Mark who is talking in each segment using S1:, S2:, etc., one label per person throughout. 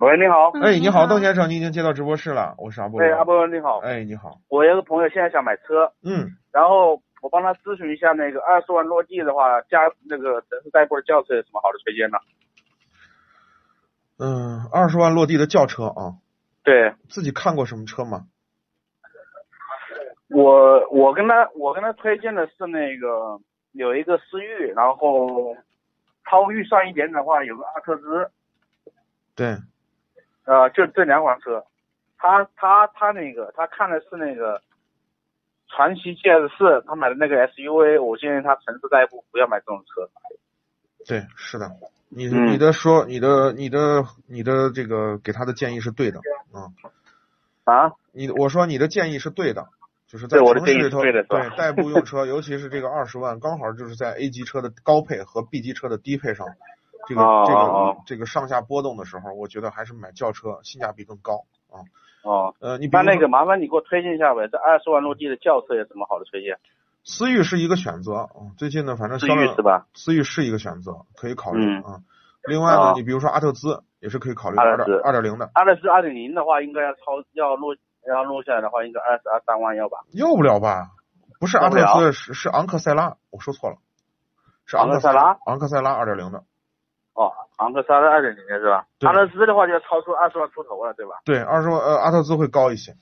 S1: 喂，你好。
S2: 哎，你
S3: 你好
S2: 好，窦先生，你已经接到直播室了，我是阿波
S1: 哎，
S2: 罗。
S1: 阿波罗你好。
S2: 哎，你好。
S1: 我有个朋友现在想买车，
S2: 嗯，
S1: 然后我帮他咨询一下那个二十万落地的话，加那个城市代步的轿车有什么好的推荐呢？
S2: 嗯，二十万落地的轿车啊，
S1: 对
S2: 自己看过什么车吗？
S1: 我，我跟他我跟他推荐的是那个有一个思域，然后超预算一点的话有个阿特兹，
S2: 对，
S1: 呃，就这两款车。他他他那个他看的是那个传祺 GS 四，他买的那个 SUV，我建议他城市代步不要买这种车。
S2: 对，是的。你
S1: 嗯
S2: 你的说，你的你的你的这个给他的建议是对的，嗯，
S1: 啊，
S2: 你我说你的建议是对的，就是在
S1: 对我的
S2: 城市
S1: 建议
S2: 里
S1: 是
S2: 头，
S1: 对的是吧
S2: 对代步用车，尤其是这个二十万，刚好就是在 A 级车的高配和 B 级车的低配上，这个
S1: 哦
S2: 这
S1: 哦
S2: 个这个上下波动的时候，我觉得还是买轿车性价比更高。
S1: 哦，
S2: 呃，你比
S1: 那
S2: 如
S1: 那
S2: 说
S1: 个麻烦你给我推荐一下呗，这二十万落地的轿车有什么好的推荐？
S2: 思域是一个选择，嗯，最近呢，反正
S1: 思
S2: 销
S1: 域
S2: 量
S1: 是吧？
S2: 思域是一个选择，可以考虑
S1: 嗯
S2: 啊、另外呢
S1: 啊，
S2: 你比如说阿特兹也是可以考虑
S1: 阿
S2: 二
S1: 特兹
S2: 点二点零的，
S1: 阿特兹二点零的话，应该要超要落要落下来的话，应该二十二三万要吧？
S2: 要不了吧？不是
S1: 要
S2: 阿
S1: 不
S2: 特
S1: 了
S2: 兹，是是昂克赛拉，我说错了，是
S1: 昂
S2: 昂
S1: 克
S2: 克赛
S1: 赛
S2: 拉
S1: 拉，
S2: 昂克赛拉二点零的，
S1: 哦，昂克赛拉二点零的是吧？
S2: 对
S1: 阿特兹的话就要超出二十万出头了，对吧？
S2: 对，二十万呃阿特兹会高一些。嗯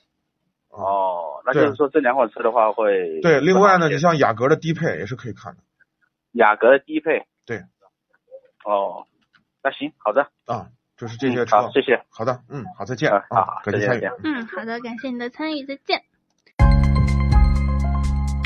S1: 哦，那
S2: 对
S1: 就是说这两款车的话会
S2: 对，另外
S1: 更好
S2: 呢，
S1: 一些
S2: 你像雅阁的低配也是可以看的
S1: 雅阁的低配
S2: 对。
S1: 哦，那行，好的，
S2: 啊，就是这些
S1: 嗯
S2: 车。
S1: 好，谢谢。
S2: 好的，嗯，好，再见
S1: 啊
S2: 啊
S1: 好，
S2: 感谢
S1: 再见再
S2: 参与。
S1: 见
S3: 嗯，好的，感谢你的参与，再见。